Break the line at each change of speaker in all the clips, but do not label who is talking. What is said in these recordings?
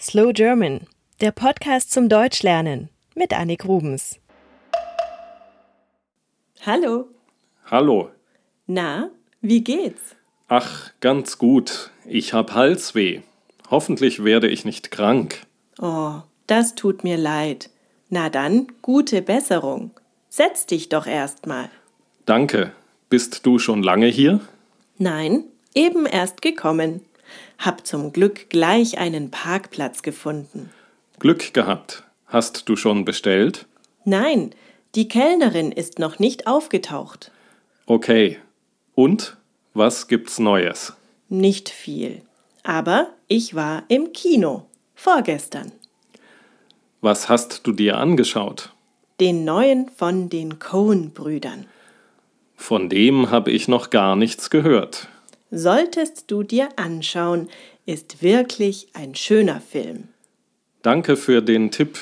Slow German, der Podcast zum Deutschlernen mit Annik Rubens. Hallo,
Hallo.
na, wie geht's?
Ach, ganz gut. Ich hab Halsweh. Hoffentlich werde ich nicht krank.
Oh, das tut mir leid. Na dann, gute Besserung. Setz dich doch erstmal.
Danke. Bist du schon lange hier?
Nein, eben erst gekommen. Hab zum Glück gleich einen Parkplatz gefunden.
Glück gehabt. Hast du schon bestellt?
Nein, die Kellnerin ist noch nicht aufgetaucht.
Okay. Und was gibt's Neues?
Nicht viel. Aber ich war im Kino. Vorgestern.
Was hast du dir angeschaut?
Den neuen von den Cohen-Brüdern.
Von dem habe ich noch gar nichts gehört.
Solltest du dir anschauen, ist wirklich ein schöner Film.
Danke für den Tipp.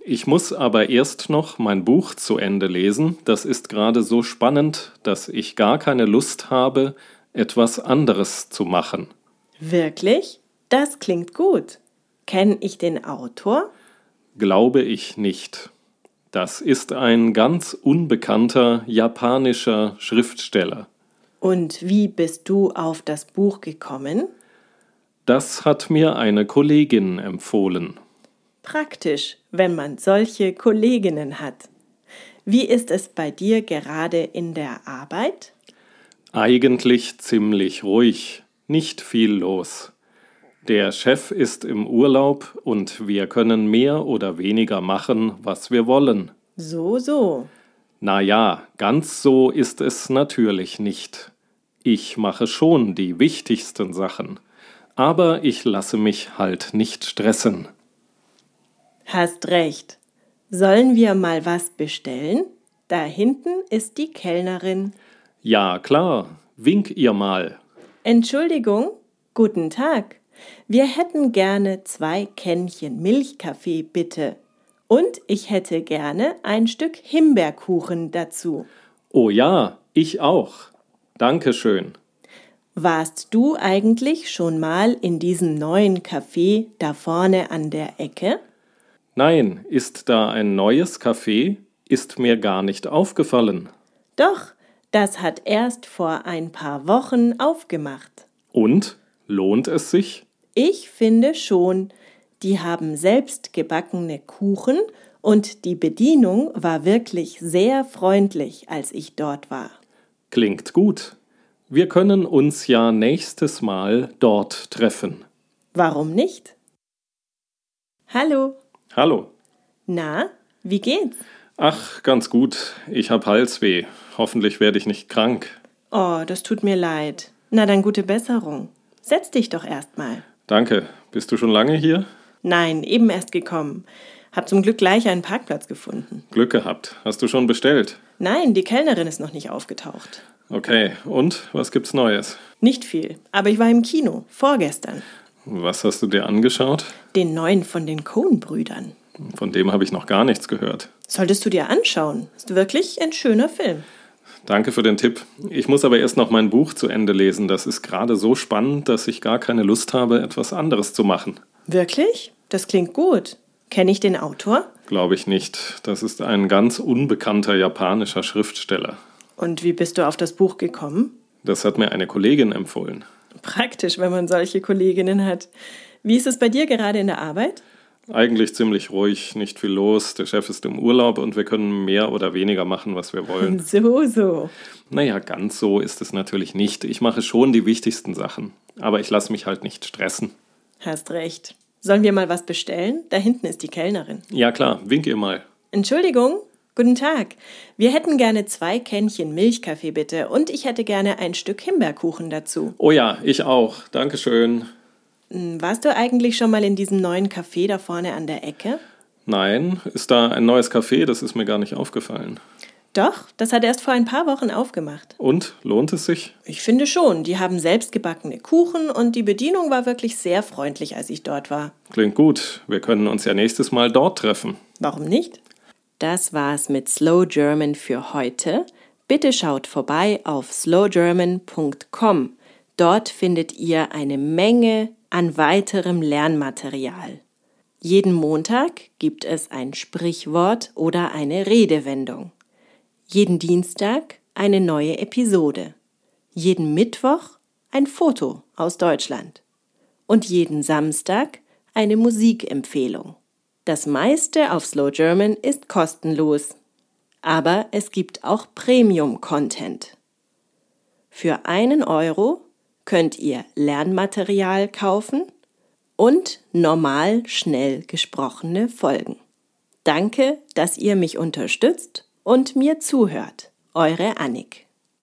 Ich muss aber erst noch mein Buch zu Ende lesen. Das ist gerade so spannend, dass ich gar keine Lust habe, etwas anderes zu machen.
Wirklich? Das klingt gut. Kenn ich den Autor?
Glaube ich nicht. Das ist ein ganz unbekannter japanischer Schriftsteller.
Und wie bist du auf das Buch gekommen?
Das hat mir eine Kollegin empfohlen.
Praktisch, wenn man solche Kolleginnen hat. Wie ist es bei dir gerade in der Arbeit?
Eigentlich ziemlich ruhig, nicht viel los. Der Chef ist im Urlaub und wir können mehr oder weniger machen, was wir wollen.
So, so.
Na ja, ganz so ist es natürlich nicht. Ich mache schon die wichtigsten Sachen, aber ich lasse mich halt nicht stressen.
Hast recht. Sollen wir mal was bestellen? Da hinten ist die Kellnerin.
Ja, klar, wink ihr mal.
Entschuldigung, guten Tag. Wir hätten gerne zwei Kännchen Milchkaffee, bitte. Und ich hätte gerne ein Stück Himbeerkuchen dazu.
Oh ja, ich auch. Dankeschön.
Warst du eigentlich schon mal in diesem neuen Café da vorne an der Ecke?
Nein, ist da ein neues Café? Ist mir gar nicht aufgefallen.
Doch, das hat erst vor ein paar Wochen aufgemacht.
Und? Lohnt es sich?
Ich finde schon. Die haben selbst gebackene Kuchen und die Bedienung war wirklich sehr freundlich, als ich dort war.
Klingt gut. Wir können uns ja nächstes Mal dort treffen.
Warum nicht? Hallo,
Hallo.
na, wie geht's?
Ach, ganz gut. Ich hab Halsweh. Hoffentlich werde ich nicht krank.
Oh, das tut mir leid. Na dann gute Besserung. Setz dich doch erstmal.
Danke. Bist du schon lange hier?
Nein, eben erst gekommen. Hab zum Glück gleich einen Parkplatz gefunden.
Glück gehabt. Hast du schon bestellt?
Nein, die Kellnerin ist noch nicht aufgetaucht.
Okay. Und was gibt's Neues?
Nicht viel, aber ich war im Kino, vorgestern.
Was hast du dir angeschaut?
Den neuen von den Coen-Brüdern.
Von dem habe ich noch gar nichts gehört.
Solltest du dir anschauen. Ist wirklich ein schöner Film.
Danke für den Tipp. Ich muss aber erst noch mein Buch zu Ende lesen. Das ist gerade so spannend, dass ich gar keine Lust habe, etwas anderes zu machen.
Wirklich? Das klingt gut. Kenne ich den Autor?
Glaube ich nicht. Das ist ein ganz unbekannter japanischer Schriftsteller.
Und wie bist du auf das Buch gekommen?
Das hat mir eine Kollegin empfohlen.
Praktisch, wenn man solche Kolleginnen hat. Wie ist es bei dir gerade in der Arbeit?
Eigentlich ziemlich ruhig, nicht viel los. Der Chef ist im Urlaub und wir können mehr oder weniger machen, was wir wollen.
So, so.
Naja, ganz so ist es natürlich nicht. Ich mache schon die wichtigsten Sachen. Aber ich lasse mich halt nicht stressen.
Hast recht. Sollen wir mal was bestellen? Da hinten ist die Kellnerin.
Ja klar, wink ihr mal.
Entschuldigung, guten Tag. Wir hätten gerne zwei Kännchen Milchkaffee bitte und ich hätte gerne ein Stück Himbeerkuchen dazu.
Oh ja, ich auch. Dankeschön.
Hm, Warst du eigentlich schon mal in diesem neuen Café da vorne an der Ecke?
Nein, ist da ein neues Café? Das ist mir gar nicht aufgefallen.
Doch, das hat erst vor ein paar Wochen aufgemacht.
Und lohnt es sich?
Ich finde schon, die haben selbstgebackene Kuchen und die Bedienung war wirklich sehr freundlich, als ich dort war.
Klingt gut. Wir können uns ja nächstes Mal dort treffen.
Warum nicht? Das war's mit Slow German für heute. Bitte schaut vorbei auf slowgerman.com. Dort findet ihr eine Menge an weiterem Lernmaterial. Jeden Montag gibt es ein Sprichwort oder eine Redewendung. Jeden Dienstag eine neue Episode. Jeden Mittwoch ein Foto aus Deutschland. Und jeden Samstag eine Musikempfehlung. Das meiste auf Slow German ist kostenlos. Aber es gibt auch Premium-Content. Für einen Euro könnt ihr Lernmaterial kaufen und normal schnell gesprochene Folgen. Danke, dass ihr mich unterstützt und mir zuhört. Eure Annik.